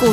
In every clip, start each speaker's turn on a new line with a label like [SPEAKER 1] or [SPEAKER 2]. [SPEAKER 1] 股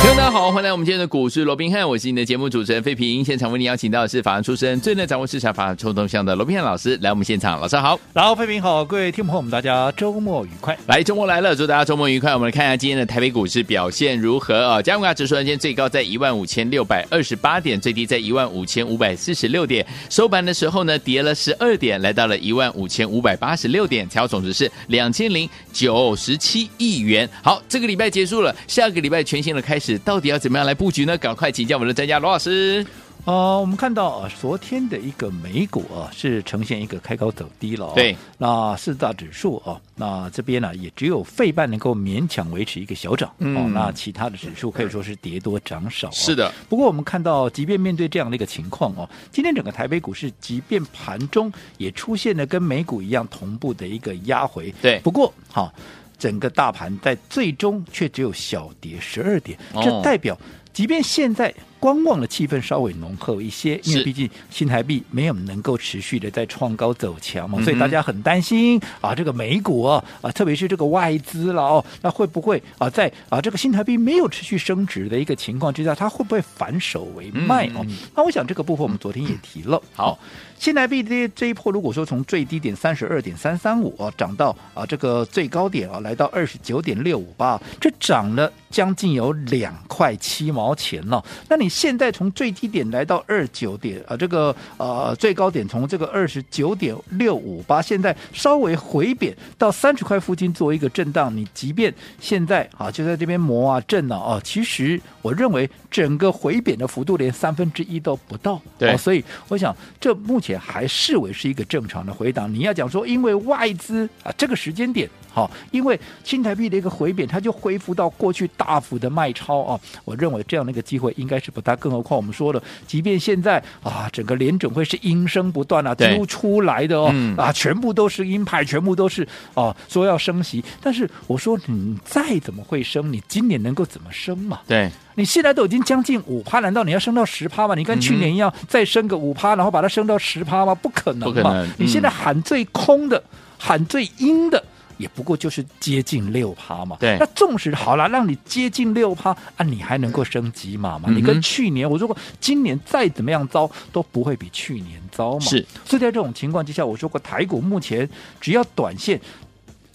[SPEAKER 2] 听众大家好，欢迎来我们今天的股市罗宾汉，我是你的节目主持人费平。现场为你邀请到的是法案出身、最能掌握市场法案冲动向的罗宾汉老师来我们现场，老师好。
[SPEAKER 3] 然后，费平好，各位听众朋友们，大家周末愉快。
[SPEAKER 2] 来，周末来了，祝大家周末愉快。我们来看一下今天的台北股市表现如何啊？加权指数呢，今天最高在15,628点，最低在15,546点，收盘的时候呢，跌了12点，来到了15,586点，成交总值是2,097亿元。好，这个礼拜结束了，下个礼拜全新的开始，到底要怎么样来布局呢？赶快请教我们的专家罗老师。
[SPEAKER 3] 呃，我们看到啊，昨天的一个美股啊是呈现一个开高走低了、哦，
[SPEAKER 2] 对，
[SPEAKER 3] 那四大指数啊，那这边呢、也只有费半能够勉强维持一个小涨，
[SPEAKER 2] 嗯
[SPEAKER 3] 哦，那其他的指数可以说是跌多涨少、啊
[SPEAKER 2] 是的，
[SPEAKER 3] 不过我们看到，即便面对这样的一个情况哦，今天整个台北股市即便盘中也出现了跟美股一样同步的一个压回，
[SPEAKER 2] 对
[SPEAKER 3] 不过好。整个大盘在最终却只有小跌十二点，
[SPEAKER 2] 哦
[SPEAKER 3] 这代表即便现在观望的气氛稍微浓厚一些，因
[SPEAKER 2] 是
[SPEAKER 3] 为毕竟新台币没有能够持续的在创高走强嘛，
[SPEAKER 2] 嗯哼
[SPEAKER 3] 所以大家很担心啊，这个美股啊啊，特别是这个外资了哦，那会不会啊，在啊这个新台币没有持续升值的一个情况之下，它会不会反手为卖哦？那我想这个部分我们昨天也提了，
[SPEAKER 2] 嗯好
[SPEAKER 3] 哦新台币这这一波，如果说从最低点三十二点三三五啊，涨到啊这个最高点啊，来到二十九点六五八，这涨了将近有两块七毛钱了、那你现在从最低点来到二九点啊，这个呃最高点从这个二十九点六五八，现在稍微回贬到三十块附近做一个震荡，你即便现在啊就在这边磨啊震了啊其实我认为整个回贬的幅度连三分之一都不到，
[SPEAKER 2] 对
[SPEAKER 3] 哦所以我想，这目前还视为是一个正常的回档。你要讲说，因为外资啊这个时间点，好、因为新台币的一个回贬，它就恢复到过去大幅的卖超啊。我认为这样的一个机会应该是不大，更何况我们说了，即便现在啊，整个联准会是阴声不断啊，
[SPEAKER 2] 对
[SPEAKER 3] 几乎出来的哦、
[SPEAKER 2] 嗯
[SPEAKER 3] 啊，全部都是鹰派，全部都是啊说要升息，但是我说你再怎么会升，你今年能够怎么升嘛？
[SPEAKER 2] 对，
[SPEAKER 3] 你现在都已经将近五趴，难道你要升到十趴吗？你
[SPEAKER 2] 嗯
[SPEAKER 3] 跟去年一样、再升个五趴，然后把它升到十趴吗？不可能
[SPEAKER 2] 不
[SPEAKER 3] 嘛！
[SPEAKER 2] 可能
[SPEAKER 3] 你现在
[SPEAKER 2] 嗯
[SPEAKER 3] 喊最空的，喊最阴的。也不过就是接近六趴嘛，
[SPEAKER 2] 对
[SPEAKER 3] 那纵使好了，让你接近六趴啊，你还能够升级码嘛？
[SPEAKER 2] 嗯
[SPEAKER 3] 你
[SPEAKER 2] 哼
[SPEAKER 3] 跟去年，我如果今年再怎么样糟，都不会比去年糟嘛。
[SPEAKER 2] 是，
[SPEAKER 3] 所以在这种情况之下，我说过，台股目前只要短线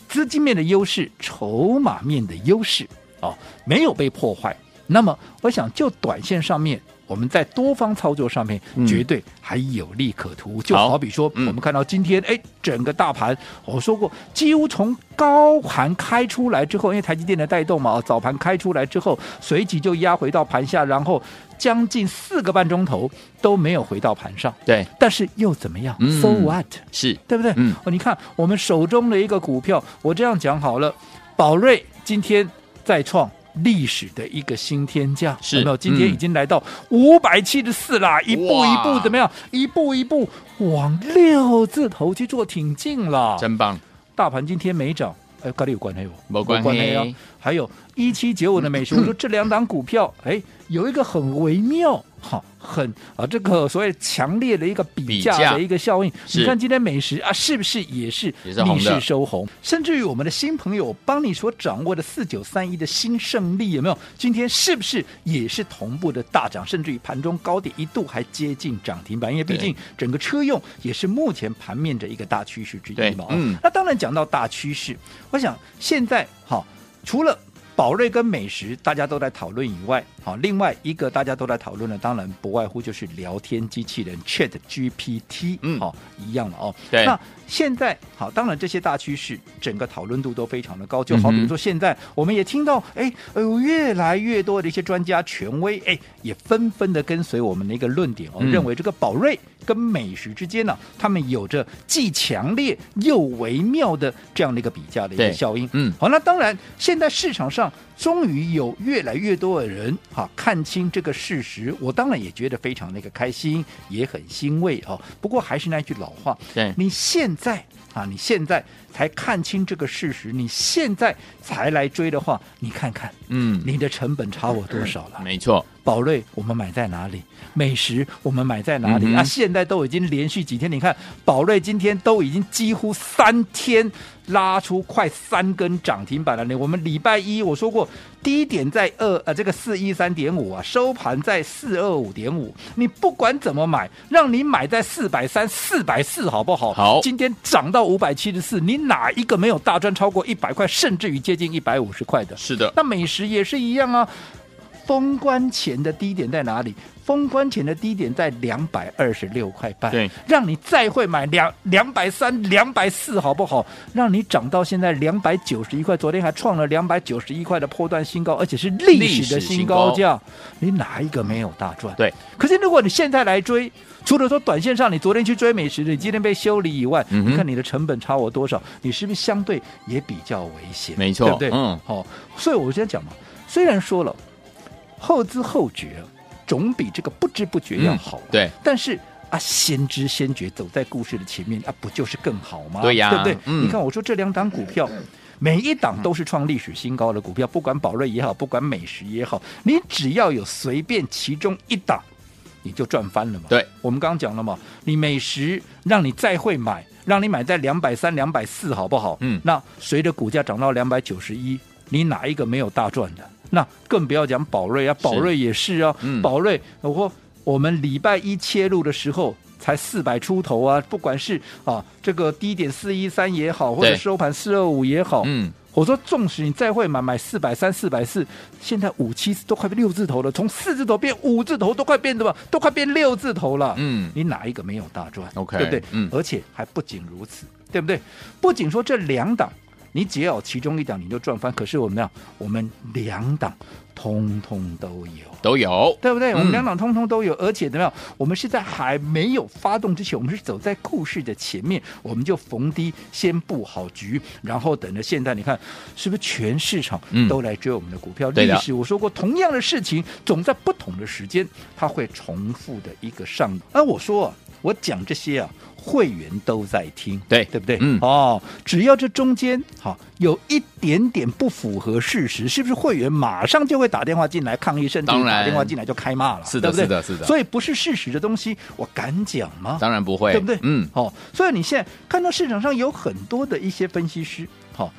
[SPEAKER 3] 资金面的优势、筹码面的优势哦，没有被破坏，那么我想就短线上面。我们在多方操作上面
[SPEAKER 2] 嗯
[SPEAKER 3] 绝对还有利可图，就
[SPEAKER 2] 好
[SPEAKER 3] 好比说，我
[SPEAKER 2] 嗯
[SPEAKER 3] 们看到今天，哎、整个大盘，我说过，几乎从高盘开出来之后，因为台积电的带动嘛，哦早盘开出来之后，随即就压回到盘下，然后将近四个半钟头都没有回到盘上，
[SPEAKER 2] 对，
[SPEAKER 3] 但是又怎么样、
[SPEAKER 2] 嗯
[SPEAKER 3] s o what？
[SPEAKER 2] 是，
[SPEAKER 3] 对不对？
[SPEAKER 2] 嗯
[SPEAKER 3] 哦，你看我们手中的一个股票，我这样讲好了，宝瑞今天再创。历史的一个新天价，
[SPEAKER 2] 是
[SPEAKER 3] 有没有？今天
[SPEAKER 2] 嗯
[SPEAKER 3] 已经来到五百七十四啦，一步一步
[SPEAKER 2] 哇
[SPEAKER 3] 怎么样？一步一步往六字头去做挺进了。
[SPEAKER 2] 真棒，
[SPEAKER 3] 大盘今天没涨，哎，跟你有关系不？
[SPEAKER 2] 没关系
[SPEAKER 3] 啊。还有一七九五的 美食，我说这两档股票，哎，有一个很微妙，哈，很啊，这个所谓强烈的一个比
[SPEAKER 2] 比价
[SPEAKER 3] 价的一个效应。
[SPEAKER 2] 是
[SPEAKER 3] 你看今天美食啊，是不是也是
[SPEAKER 2] 也是红
[SPEAKER 3] 逆
[SPEAKER 2] 的
[SPEAKER 3] 势收红？甚至于我们的新朋友帮你所掌握的四九三一的新胜利，有没有？今天是不是也是同步的大涨？甚至于盘中高点一度还接近涨停板，因为毕
[SPEAKER 2] 对
[SPEAKER 3] 竟整个车用也是目前盘面的一个大趋势之
[SPEAKER 2] 对
[SPEAKER 3] 一嘛。哦
[SPEAKER 2] 嗯
[SPEAKER 3] 那当然讲到大趋势，我想现在哈、除了宝瑞跟美食大家都在讨论以外，好、另外一个大家都在讨论的，当然不外乎就是聊天机器人 Chat GPT，
[SPEAKER 2] 嗯
[SPEAKER 3] 好、一样了哦。
[SPEAKER 2] 对
[SPEAKER 3] 那现在好，当然这些大趋势整个讨论度都非常的高，就好
[SPEAKER 2] 嗯
[SPEAKER 3] 比
[SPEAKER 2] 哼
[SPEAKER 3] 说现在我们也听到，哎，有越来越多的一些专家权威，哎，也纷纷的跟随我们的一个论点哦，
[SPEAKER 2] 嗯
[SPEAKER 3] 认为这个宝瑞跟美食之间呢、他们有着既强烈又微妙的这样的一个比价的一
[SPEAKER 2] 对
[SPEAKER 3] 个效应。
[SPEAKER 2] 嗯
[SPEAKER 3] 好，那当然，现在市场上终于有越来越多的人哈、看清这个事实，我当然也觉得非常的一个开心，也很欣慰哦。不过还是那句老话，
[SPEAKER 2] 对，
[SPEAKER 3] 你现在啊，你现在才看清这个事实，你现在才来追的话，你看看
[SPEAKER 2] 嗯，
[SPEAKER 3] 你的成本差我多少了？
[SPEAKER 2] 没错，
[SPEAKER 3] 宝瑞我们买在哪里？美食我们买在哪里？
[SPEAKER 2] 嗯哼
[SPEAKER 3] 啊，现在都已经连续几天，你看宝瑞今天都已经几乎三天拉出快三根涨停板了。你我们礼拜一我说过，低点在二呃这个四一三点五啊，收盘在四二五点五。你不管怎么买，让你买在四百三、四百四好不好？
[SPEAKER 2] 好
[SPEAKER 3] 今天涨到五百七十四，你哪一个没有大赚超过一百块，甚至于接近一百五十块的？
[SPEAKER 2] 是的，
[SPEAKER 3] 那美食也是一样啊。封关前的低点在哪里？封关前的低点在两百二十六块半，
[SPEAKER 2] 对，
[SPEAKER 3] 让你再会买两两百三、两百四，好不好？让你涨到现在两百九十一块，昨天还创了两百九十一块的破断新高，而且是历史的新高价，你哪一个没有大赚？
[SPEAKER 2] 对，
[SPEAKER 3] 可是如果你现在来追，除了说短线上你昨天去追美食，你今天被修理以外，
[SPEAKER 2] 嗯哼
[SPEAKER 3] 你看你的成本差我多少，你是不是相对也比较危险？
[SPEAKER 2] 没错
[SPEAKER 3] 对不对？
[SPEAKER 2] 嗯
[SPEAKER 3] 好、所以我今天讲嘛，虽然说了后知后觉总比这个不知不觉
[SPEAKER 2] 嗯
[SPEAKER 3] 要好、
[SPEAKER 2] 对，
[SPEAKER 3] 但是。啊，先知先觉走在故事的前面啊，不就是更好吗？
[SPEAKER 2] 对呀
[SPEAKER 3] 对不对？
[SPEAKER 2] 嗯
[SPEAKER 3] 你看我说这两档股票，每一档都是创历史新高的股票，不管宝瑞也好，不管美食也好，你只要有随便其中一档，你就赚翻了嘛。
[SPEAKER 2] 对，
[SPEAKER 3] 我们刚刚讲了嘛，你美食让你再会买，让你买在两百三、两百四，好不好？
[SPEAKER 2] 嗯
[SPEAKER 3] 那随着股价涨到两百九十一，你哪一个没有大赚的？那更不要讲宝瑞啊，宝瑞也是啊，
[SPEAKER 2] 嗯
[SPEAKER 3] 宝瑞，我说我们礼拜一切入的时候。才四百出头啊！不管是啊这个低点四一三也好，或者
[SPEAKER 2] 对
[SPEAKER 3] 收盘四二五也好，
[SPEAKER 2] 嗯，
[SPEAKER 3] 我说，纵使你再会买，买四百三、四百四，现在五七都快变六字头了，从四字头变五字头，都快变什么？都快变六字头了。
[SPEAKER 2] 嗯
[SPEAKER 3] 你哪一个没有大赚
[SPEAKER 2] OK，
[SPEAKER 3] 对不对？
[SPEAKER 2] 嗯
[SPEAKER 3] 而且还不仅如此，对不对？不仅说这两档，你只要有其中一档你就赚翻，可是我们呢，我们两档通通都有。
[SPEAKER 2] 都有，
[SPEAKER 3] 对不对？
[SPEAKER 2] 嗯
[SPEAKER 3] 我们两档通通都有，而且怎么样？我们是在还没有发动之前，我们是走在故事的前面，我们就逢低先布好局，然后等着现在你看是不是全市场
[SPEAKER 2] 嗯
[SPEAKER 3] 都来追我们的股票？
[SPEAKER 2] 对的
[SPEAKER 3] 历史我说过，同样的事情总在不同的时间，它会重复的一个上演。而我说、啊，我讲这些啊，会员都在听，
[SPEAKER 2] 对
[SPEAKER 3] 对不对？
[SPEAKER 2] 嗯
[SPEAKER 3] 哦，只要这中间好、有一点点不符合事实，是不是会员马上就会打电话进来抗议，甚至
[SPEAKER 2] 当
[SPEAKER 3] 于
[SPEAKER 2] 然
[SPEAKER 3] 打电话进来就开骂了？
[SPEAKER 2] 是的
[SPEAKER 3] 对不
[SPEAKER 2] 是
[SPEAKER 3] 对
[SPEAKER 2] 的是的
[SPEAKER 3] 所以不是事实的东西，我敢讲吗？
[SPEAKER 2] 当然不会，
[SPEAKER 3] 对不对？
[SPEAKER 2] 嗯，
[SPEAKER 3] 哦，所以你现在看到市场上有很多的一些分析师，好、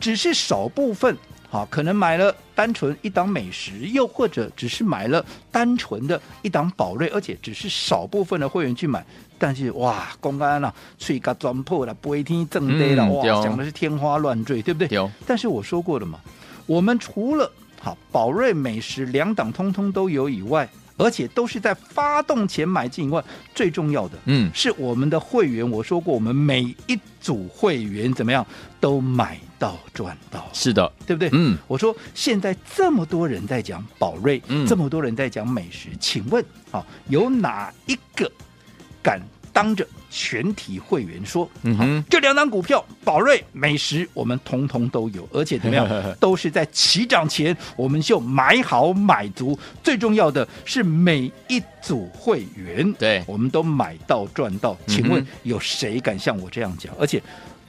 [SPEAKER 3] 只是少部分。好，可能买了单纯一档美食，又或者只是买了单纯的一档宝瑞，而且只是少部分的会员去买。但是哇，公安啦、啊，吹个钻破了，不一听正跌了，
[SPEAKER 2] 嗯
[SPEAKER 3] 哇
[SPEAKER 2] 对哦，
[SPEAKER 3] 讲的是天花乱坠，对不对？
[SPEAKER 2] 对哦
[SPEAKER 3] 但是我说过了嘛，我们除了好宝瑞美食两档通通都有以外，而且都是在发动前买进以外，最重要的，
[SPEAKER 2] 嗯
[SPEAKER 3] 是我们的会员。我说过，我们每一组会员怎么样都买到赚到，
[SPEAKER 2] 是的，
[SPEAKER 3] 对不对？
[SPEAKER 2] 嗯，
[SPEAKER 3] 我说现在这么多人在讲宝瑞，
[SPEAKER 2] 嗯
[SPEAKER 3] 这么多人在讲美食，请问啊，有哪一个敢当着全体会员说，
[SPEAKER 2] 嗯哼
[SPEAKER 3] 啊这两档股票宝瑞、美食，我们通通都有，而且 怎么样，都是在起涨前我们就买好买足，最重要的是每一组会员，
[SPEAKER 2] 对
[SPEAKER 3] 我们都买到赚到。请
[SPEAKER 2] 嗯
[SPEAKER 3] 问
[SPEAKER 2] 哼
[SPEAKER 3] 有谁敢像我这样讲？而且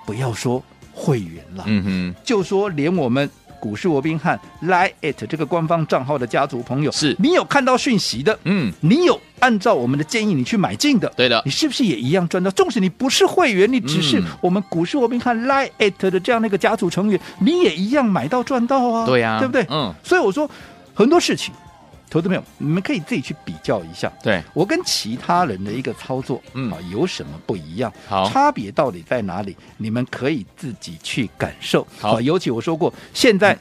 [SPEAKER 3] 不要说会员了，
[SPEAKER 2] 嗯哼，
[SPEAKER 3] 就说连我们股市罗宾汉 Line at 这个官方账号的家族朋友，
[SPEAKER 2] 是
[SPEAKER 3] 你有看到讯息的，
[SPEAKER 2] 嗯，
[SPEAKER 3] 你有按照我们的建议你去买进的，
[SPEAKER 2] 对的
[SPEAKER 3] 你，是不是也一样赚到？纵使你不是会员，你只是
[SPEAKER 2] 啊嗯
[SPEAKER 3] 我们股市罗宾汉 Line at 的这样的一个家族成员，你也一样买到赚到啊，
[SPEAKER 2] 对呀，
[SPEAKER 3] 对不对？
[SPEAKER 2] 嗯，
[SPEAKER 3] 所以我说很多事情，投资朋友你们可以自己去比较一下。
[SPEAKER 2] 对，
[SPEAKER 3] 我跟其他人的一个操作，
[SPEAKER 2] 嗯
[SPEAKER 3] 啊，有什么不一样？
[SPEAKER 2] 好
[SPEAKER 3] 差别到底在哪里？你们可以自己去感受。
[SPEAKER 2] 好嗯
[SPEAKER 3] 啊尤其我说过，现在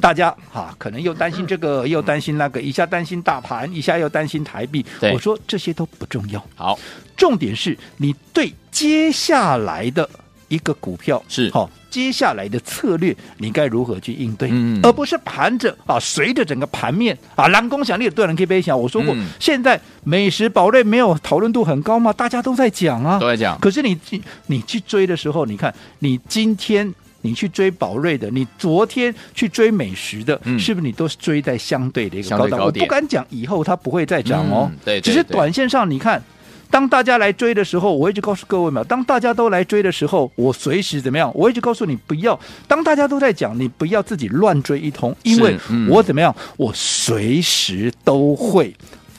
[SPEAKER 3] 大家哈、可能又担心这个，又担心那个，一下担心大盘，一下又担心台币。
[SPEAKER 2] 对
[SPEAKER 3] 我说这些都不重要，
[SPEAKER 2] 好，
[SPEAKER 3] 重点是你对接下来的一个股票
[SPEAKER 2] 是
[SPEAKER 3] 好、接下来的策略你该如何去应对，
[SPEAKER 2] 嗯
[SPEAKER 3] 而不是盘着啊，随着整个盘面啊，蓝光响力对人 K 杯响。我说过，
[SPEAKER 2] 嗯
[SPEAKER 3] 现在美食宝瑞没有讨论度很高吗？大家都在讲啊，
[SPEAKER 2] 都在讲，
[SPEAKER 3] 可是你去你去追的时候，你看你今天。你去追宝瑞的，你昨天去追美食的，
[SPEAKER 2] 嗯
[SPEAKER 3] 是不是你都是追在相对的一个
[SPEAKER 2] 相
[SPEAKER 3] 高
[SPEAKER 2] 对
[SPEAKER 3] 档？
[SPEAKER 2] 高
[SPEAKER 3] 我
[SPEAKER 2] 点
[SPEAKER 3] 不敢讲以后它不会再涨哦，
[SPEAKER 2] 嗯对对
[SPEAKER 3] 只是
[SPEAKER 2] 对
[SPEAKER 3] 短线上你看当大家来追的时候，我一直告诉各位嘛，当大家都来追的时候，我随时怎么样？我一直告诉你不要。当大家都在讲，你不要自己乱追一通，因为
[SPEAKER 2] 嗯
[SPEAKER 3] 我怎么样？我随时都会。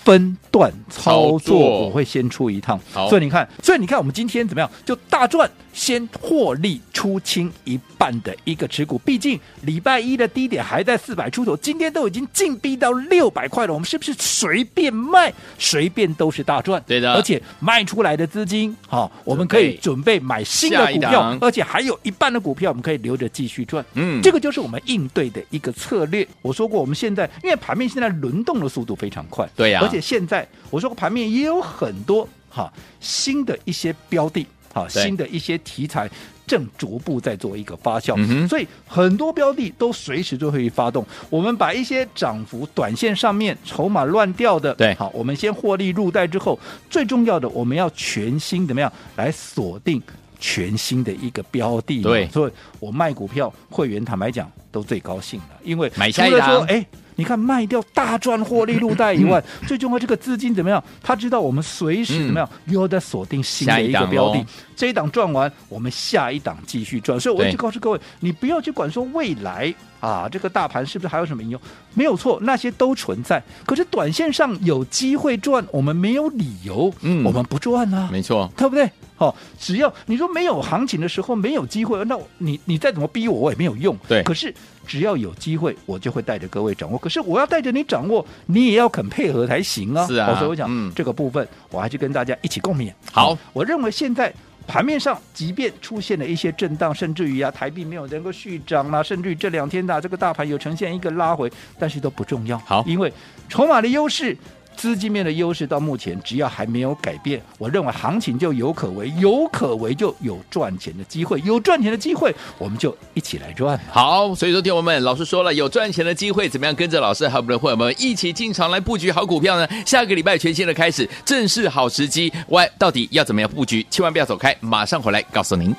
[SPEAKER 3] 分段操
[SPEAKER 2] 操
[SPEAKER 3] 作，
[SPEAKER 2] 作
[SPEAKER 3] 我会先出一趟
[SPEAKER 2] 好，
[SPEAKER 3] 所以你看，所以你看，我们今天怎么样？就大赚，先获利出清一半的一个持股，毕竟礼拜一的低点还在四百出头，今天都已经进逼到六百块了，我们是不是随便卖，随便都是大赚？
[SPEAKER 2] 对的
[SPEAKER 3] 而且卖出来的资金，好、我们可以准备买新的
[SPEAKER 2] 下一
[SPEAKER 3] 股
[SPEAKER 2] 档
[SPEAKER 3] 票，而且还有一半的股票我们可以留着继续赚。
[SPEAKER 2] 嗯
[SPEAKER 3] 这个就是我们应对的一个策略。我说过，我们现在因为盘面现在轮动的速度非常快，
[SPEAKER 2] 对啊呀
[SPEAKER 3] 而且现在我说过盘面也有很多哈新的一些标的，哈
[SPEAKER 2] 对
[SPEAKER 3] 新的一些题材。正逐步在做一个发酵，
[SPEAKER 2] 嗯哼
[SPEAKER 3] 所以很多标的都随时都会发动。我们把一些涨幅、短线上面筹码乱掉的，
[SPEAKER 2] 对
[SPEAKER 3] 好，我们先获利入袋之后，最重要的我们要全新怎么样来锁定全新的一个标的嘛，
[SPEAKER 2] 对
[SPEAKER 3] 所以我卖股票，会员坦白讲都最高兴了，因为
[SPEAKER 2] 买下一
[SPEAKER 3] 除了说
[SPEAKER 2] 档
[SPEAKER 3] 哎。你看，卖掉大赚获利入袋以外，最重要这个资金怎么样？他知道我们随时
[SPEAKER 2] 嗯
[SPEAKER 3] 怎么样，又要在锁定新
[SPEAKER 2] 下
[SPEAKER 3] 的
[SPEAKER 2] 一
[SPEAKER 3] 一个
[SPEAKER 2] 档
[SPEAKER 3] 标的。
[SPEAKER 2] 咯
[SPEAKER 3] 这一档赚完，我们下一档继续赚。所以我一
[SPEAKER 2] 对
[SPEAKER 3] 直告诉各位，你不要去管说未来啊，这个大盘是不是还有什么应用？没有错，那些都存在。可是短线上有机会赚，我们没有理由，
[SPEAKER 2] 嗯
[SPEAKER 3] 我们不赚啊。
[SPEAKER 2] 没错，
[SPEAKER 3] 对不对？好、只要你说没有行情的时候没有机会，那我你你再怎么逼我，我也没有用。
[SPEAKER 2] 对
[SPEAKER 3] 可是只要有机会，我就会带着各位掌握。可是我要带着你掌握，你也要肯配合才行啊。
[SPEAKER 2] 是啊
[SPEAKER 3] 好所以我讲、
[SPEAKER 2] 嗯
[SPEAKER 3] 这个部分，我还是跟大家一起共勉。嗯
[SPEAKER 2] 好
[SPEAKER 3] 我认为现在。盘面上，即便出现了一些震荡，甚至于啊，台币没有能够续涨啦、甚至于这两天的、这个大盘有呈现一个拉回，但是都不重要。
[SPEAKER 2] 好
[SPEAKER 3] 因为筹码的优势。资金面的优势到目前只要还没有改变，我认为行情就有可为，有可为就有赚钱的机会，有赚钱的机会我们就一起来赚。
[SPEAKER 2] 好，所以说，听我们，老师说了，有赚钱的机会，怎么样跟着老师和我们的伙伴们一起进场来布局好股票呢？下个礼拜全新的开始，正是好时机。喂，到底要怎么样布局？千万不要走开，马上回来告诉您。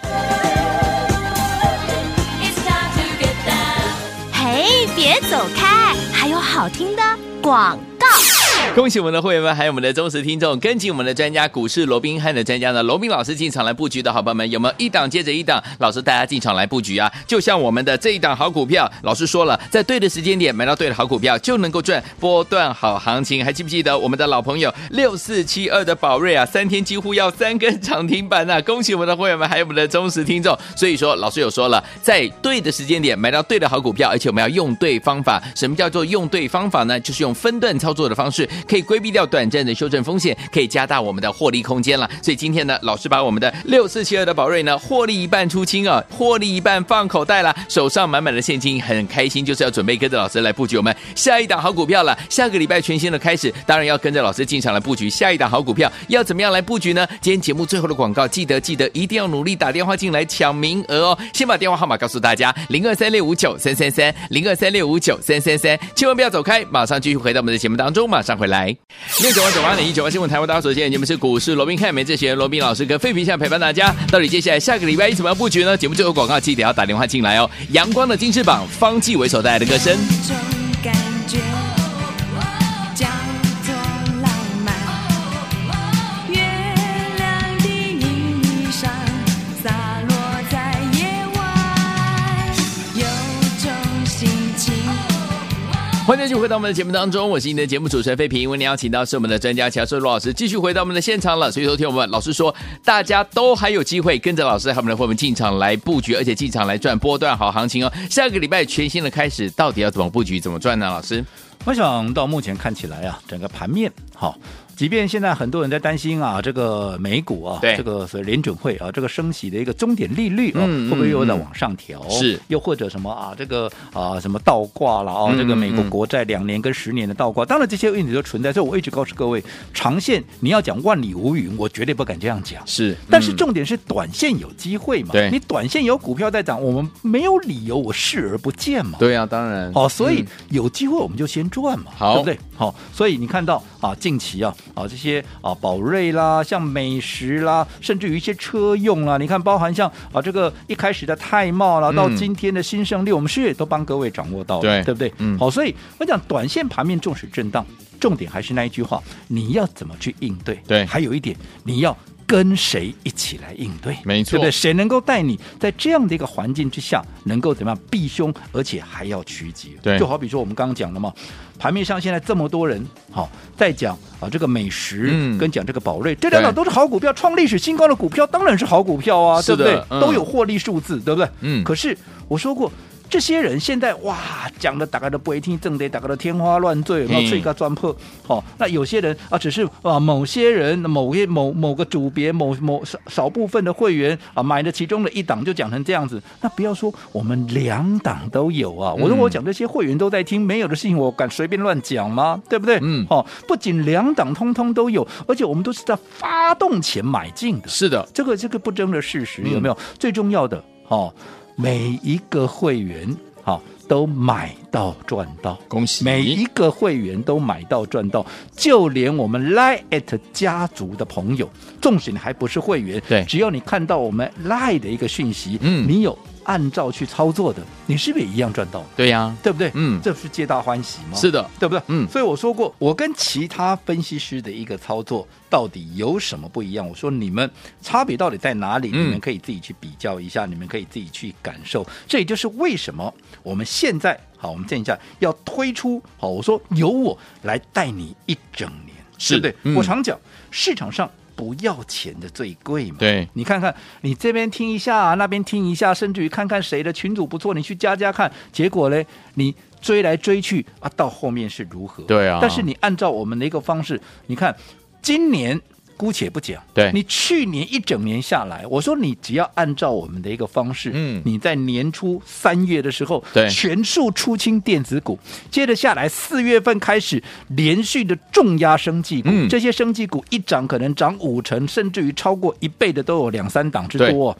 [SPEAKER 1] 嘿，别走开，还有好听的广告。
[SPEAKER 2] 恭喜我们的会员们，还有我们的忠实听众，跟紧我们的专家股市罗宾汉的专家呢，罗宾老师进场来布局的好朋友们，有没有一档接着一档？老师带大家进场来布局啊！就像我们的这一档好股票，老师说了，在对的时间点买到对的好股票，就能够赚波段好行情。还记不记得我们的老朋友六四七二的宝瑞啊，三天几乎要三根涨停板呐、恭喜我们的会员们，还有我们的忠实听众。所以说，老师有说了，在对的时间点买到对的好股票，而且我们要用对方法。什么叫做用对方法呢？就是用分段操作的方式，可以规避掉短暂的修正风险，可以加大我们的获利空间了。所以今天呢，老师把我们的六四七二的宝瑞呢，获利一半出清啊，获利一半放口袋了，手上满满的现金，很开心，就是要准备跟着老师来布局我们下一档好股票了。下个礼拜全新的开始，当然要跟着老师进场来布局下一档好股票。要怎么样来布局呢？今天节目最后的广告，记得记得一定要努力打电话进来抢名额哦。先把电话号码告诉大家：零二三六五九三三三，零二三六五九三三三。千万不要走开，马上继续回到我们的节目当中，马上回来。六九八九八零一九八新闻台湾大家所见，节目是股市罗宾看美这些罗宾老师跟费皮下陪伴大家。到底接下来下个礼拜一怎么样布局呢？节目最后广告记得要打电话进来哦。阳光的金翅膀，方季伟所带来的歌声。
[SPEAKER 4] 种感觉，叫做浪漫。月亮的衣裳洒落在夜晚，有种心情。
[SPEAKER 2] 欢迎继续回到我们的节目当中，我是你的节目主持人费平。为您邀请到是我们的专家乔顺罗老师，继续回到我们的现场了。所以，昨天我们老师说，大家都还有机会跟着老师和我们的伙伴们进场来布局，而且进场来赚波段好行情哦。下个礼拜全新的开始，到底要怎么布局，怎么赚呢？老师，
[SPEAKER 3] 我想到目前看起来啊，整个盘面好。即便现在很多人在担心啊，这个美股啊，
[SPEAKER 2] 对
[SPEAKER 3] 这个所谓联准会啊，这个升息的一个终点利率啊，
[SPEAKER 2] 嗯嗯嗯
[SPEAKER 3] 会不会又在往上调？
[SPEAKER 2] 是
[SPEAKER 3] 又或者什么啊，这个啊什么倒挂了啊，
[SPEAKER 2] 嗯
[SPEAKER 3] 这个美国
[SPEAKER 2] 嗯
[SPEAKER 3] 国债两年跟十年的倒挂，当然这些问题都存在。所以我一直告诉各位，长线你要讲万里无云，我绝对不敢这样讲。
[SPEAKER 2] 是嗯
[SPEAKER 3] 但是重点是短线有机会嘛？
[SPEAKER 2] 对
[SPEAKER 3] 你短线有股票在涨，我们没有理由我视而不见嘛。
[SPEAKER 2] 对啊，当然
[SPEAKER 3] 好，所以有机会我们就先赚嘛，
[SPEAKER 2] 好
[SPEAKER 3] 对不对？好，所以你看到啊，近期啊啊这些啊宝瑞啦，像美食啦，甚至于一些车用啦，你看包含像啊这个一开始的泰茂啦，
[SPEAKER 2] 嗯
[SPEAKER 3] 到今天的新胜利，我们是不是也都帮各位掌握到了，
[SPEAKER 2] 对
[SPEAKER 3] 对不对？
[SPEAKER 2] 嗯
[SPEAKER 3] 好，所以我讲短线盘面重视震荡。重点还是那一句话，你要怎么去应对？
[SPEAKER 2] 对
[SPEAKER 3] 还有一点，你要跟谁一起来应对？
[SPEAKER 2] 没错
[SPEAKER 3] 对不对？谁能够带你在这样的一个环境之下，能够怎么样避凶，而且还要趋吉？
[SPEAKER 2] 对
[SPEAKER 3] 就好比说我们刚刚讲的嘛，盘面上现在这么多人，好、在讲啊这个美食，
[SPEAKER 2] 嗯
[SPEAKER 3] 跟讲这个宝瑞，这两档
[SPEAKER 2] 对
[SPEAKER 3] 都是好股票，创历史新高的股票，当然是好股票啊，
[SPEAKER 2] 是
[SPEAKER 3] 对
[SPEAKER 2] 的
[SPEAKER 3] 不对？
[SPEAKER 2] 嗯
[SPEAKER 3] 都有获利数字，对不对？
[SPEAKER 2] 嗯
[SPEAKER 3] 可是我说过。这些人现在哇，讲的大概都不会听，正得大概都天花乱坠，有没
[SPEAKER 2] 嗯
[SPEAKER 3] 有？这个钻破哦。那有些人啊，只是啊，某些人、某些某某个组别、某某少少部分的会员啊，买了其中的一档就讲成这样子。那不要说我们两档都有啊，我说
[SPEAKER 2] 嗯
[SPEAKER 3] 我讲这些会员都在听，没有的事情我敢随便乱讲吗？对不对？
[SPEAKER 2] 嗯
[SPEAKER 3] 哦，不仅两档通通都有，而且我们都是在发动前买进的。
[SPEAKER 2] 是的，
[SPEAKER 3] 这个这个不争的事实
[SPEAKER 2] 嗯
[SPEAKER 3] 有没有？最重要的哦，每一个会员哦都买到赚到，
[SPEAKER 2] 恭喜
[SPEAKER 3] 每一个会员都买到赚到，就连我们 Line at 家族的朋友，纵使你还不是会员，
[SPEAKER 2] 对
[SPEAKER 3] 只要你看到我们 Line 的一个讯息，
[SPEAKER 2] 嗯
[SPEAKER 3] 你有按照去操作的，你是不是也一样赚到了？
[SPEAKER 2] 对呀、
[SPEAKER 3] 对不对？
[SPEAKER 2] 嗯
[SPEAKER 3] 这是皆大欢喜吗？
[SPEAKER 2] 是的，
[SPEAKER 3] 对不对？
[SPEAKER 2] 嗯
[SPEAKER 3] 所以我说过，我跟其他分析师的一个操作到底有什么不一样？我说你们差别到底在哪里？
[SPEAKER 2] 嗯
[SPEAKER 3] 你们可以自己去比较一下，你们可以自己去感受。这也就是为什么我们现在好，我们见一下要推出好，我说由我来带你一整年，
[SPEAKER 2] 是
[SPEAKER 3] 对不对？
[SPEAKER 2] 嗯
[SPEAKER 3] 我常讲市场上。不要钱的最贵嘛？
[SPEAKER 2] 对
[SPEAKER 3] 你看看，你这边听一下，啊那边听一下，甚至于看看谁的群主不错，你去加加看。结果嘞，你追来追去啊，到后面是如何？
[SPEAKER 2] 对啊
[SPEAKER 3] 但是你按照我们的一个方式，你看今年。姑且不讲，
[SPEAKER 2] 对
[SPEAKER 3] 你去年一整年下来，我说你只要按照我们的一个方式，
[SPEAKER 2] 嗯
[SPEAKER 3] 你在年初三月的时候，
[SPEAKER 2] 对
[SPEAKER 3] 全数出清电子股，接着下来四月份开始连续的重压生技股，
[SPEAKER 2] 嗯
[SPEAKER 3] 这些生技股一涨可能涨五成，甚至于超过一倍的都有两三档之多哦、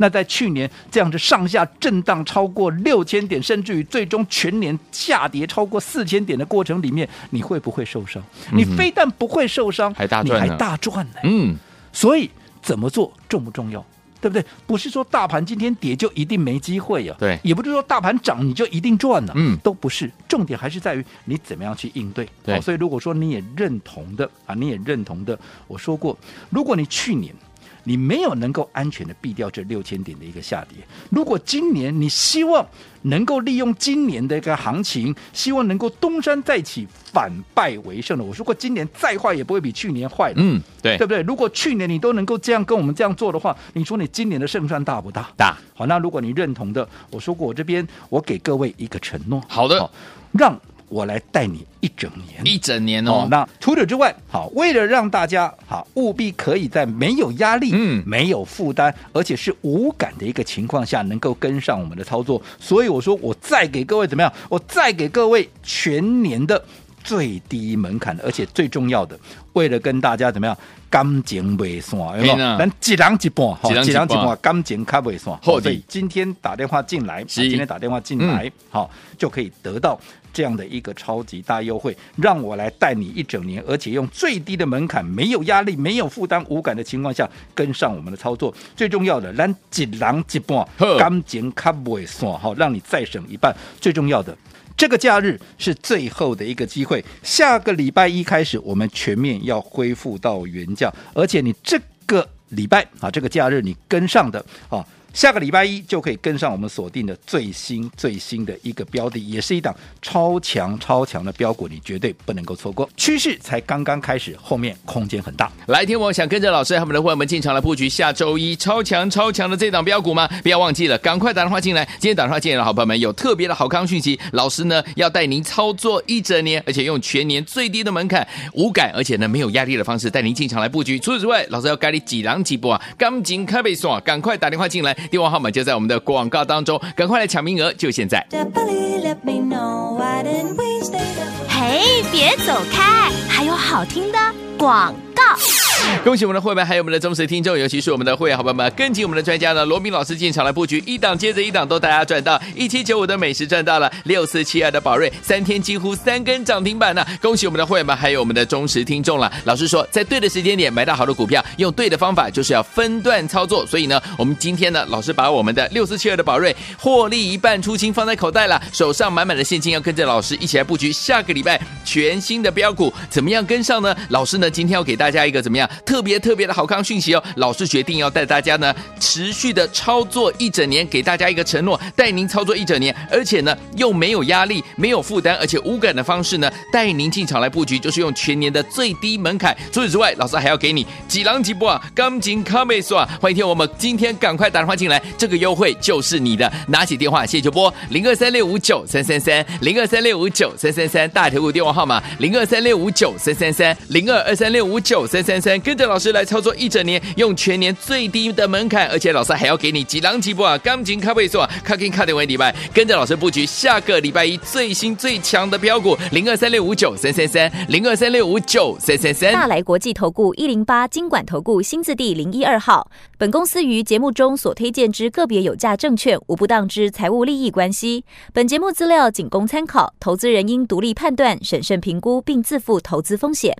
[SPEAKER 3] 那在去年这样子上下震荡超过六千点，甚至于最终全年下跌超过四千点的过程里面，你会不会受伤？你非但不会受伤，
[SPEAKER 2] 嗯还大赚呢
[SPEAKER 3] 你还大赚呢、
[SPEAKER 2] 嗯，
[SPEAKER 3] 所以怎么做重不重要？对不对？不是说大盘今天跌就一定没机会呀、
[SPEAKER 2] 对
[SPEAKER 3] 也不是说大盘涨你就一定赚了、
[SPEAKER 2] 嗯
[SPEAKER 3] 都不是。重点还是在于你怎么样去应对。哦
[SPEAKER 2] 对
[SPEAKER 3] 所以如果说你也认同的啊，你也认同的，我说过，如果你去年你没有能够安全的避掉这六千点的一个下跌，如果今年你希望能够利用今年的一个行情，希望能够东山再起、反败为胜的，我说过，今年再坏也不会比去年坏了。
[SPEAKER 2] 嗯，对，
[SPEAKER 3] 对不对？如果去年你都能够这样跟我们这样做的话，你说你今年的胜算大不大？
[SPEAKER 2] 大
[SPEAKER 3] 好，那如果你认同的，我说过我这边我给各位一个承诺，
[SPEAKER 2] 好的
[SPEAKER 3] 让我来带你一整年。
[SPEAKER 2] 一整年
[SPEAKER 3] 哦
[SPEAKER 2] 哦，，
[SPEAKER 3] 那除此之外，好，为了让大家好务必可以在没有压力、
[SPEAKER 2] 嗯
[SPEAKER 3] 没有负担，而且是呃无感的一个情况下，能够跟上我们的操作，所以我说我再给各位怎么样？我再给各位全年的最低门槛，而且最重要的，为了跟大家怎么样？感情未散，有没有？
[SPEAKER 2] 嘿呐
[SPEAKER 3] 咱一人一半，吼
[SPEAKER 2] 一人一半
[SPEAKER 3] 感情较未散。
[SPEAKER 2] 好的
[SPEAKER 3] 所以今天打电话进来，啊
[SPEAKER 2] 是
[SPEAKER 3] 今天打电话进来，好、就可以得到这样的一个超级大优惠，让我来带你一整年，而且用最低的门槛，没有压力、没有负担、无感的情况下，跟上我们的操作。最重要的，咱一人一半
[SPEAKER 2] 好，
[SPEAKER 3] 感情卡袂散，好、让你再省一半。最重要的。这个假日是最后的一个机会，下个礼拜一开始，我们全面要恢复到原价，而且你这个礼拜啊，这个假日你跟上的啊。下个礼拜一就可以跟上我们锁定的最新最新的一个标的，也是一档超强超强的标股，你绝对不能够错过。趋势才刚刚开始，后面空间很大。
[SPEAKER 2] 来，天王想跟着老师和我们的伙伴们进场来布局下周一超强超强的这档标股吗？不要忘记了，赶快打电话进来。今天打电话进来的好朋友们有特别的好康讯息，老师呢要带您操作一整年，而且用全年最低的门槛、无感，而且呢没有压力的方式带您进场来布局。除此之外，老师要该你几狼几波啊，赶紧开背送啊，赶快打电话进来，电话号码就在我们的广告当中，赶快来抢名额，就现在。
[SPEAKER 4] Definitely let me know why didn't we stay together?
[SPEAKER 1] 嘿，别走开，还有好听的广告。
[SPEAKER 2] 恭喜我们的会员，还有我们的忠实听众，尤其是我们的会员好朋友们，跟紧我们的专家呢，罗明老师进场来布局，一档接着一档都大家赚到，一七九五的美食赚到了，六四七二的宝瑞三天几乎三根涨停板呢、恭喜我们的会员们，还有我们的忠实听众了。老师说，在对的时间点买到好的股票，用对的方法就是要分段操作，所以呢，我们今天呢，老师把我们的六四七二的宝瑞获利一半出清放在口袋了，手上满满的现金，要跟着老师一起来布局下个礼拜全新的标股，怎么样跟上呢？老师呢，今天要给大家一个怎么样特别特别的好康讯息哦！老师决定要带大家呢持续的操作一整年，给大家一个承诺，带您操作一整年，而且呢又没有压力、没有负担，而且无感的方式呢带您进场来布局，就是用全年的最低门槛。除此之外，老师还要给你几狼几波啊，钢琴咖啡说啊，欢迎听我们今天赶快打电话进来，这个优惠就是你的，拿起电话谢就拨零二三六五九三三三零二三六五九三三三大铁股电话号码零二三六五九三三三零二二三六五九三三三，跟着老师来操作一整年，用全年最低的门槛，而且老师还要给你几狼几波啊，钢琴咖啡说啊，卡金卡点为礼拜，跟着老师布局下个礼拜一最新最强的标股零二三六五九三三三零二三六五九三三三。
[SPEAKER 5] 大来国际投顾一零八金管投顾新字第零一二号。本公司于节目中所推荐之个别有价证券，无不当之财务利益关系。本节目资料仅供参考，投资人应独立判断、审慎评估，并自负投资风险。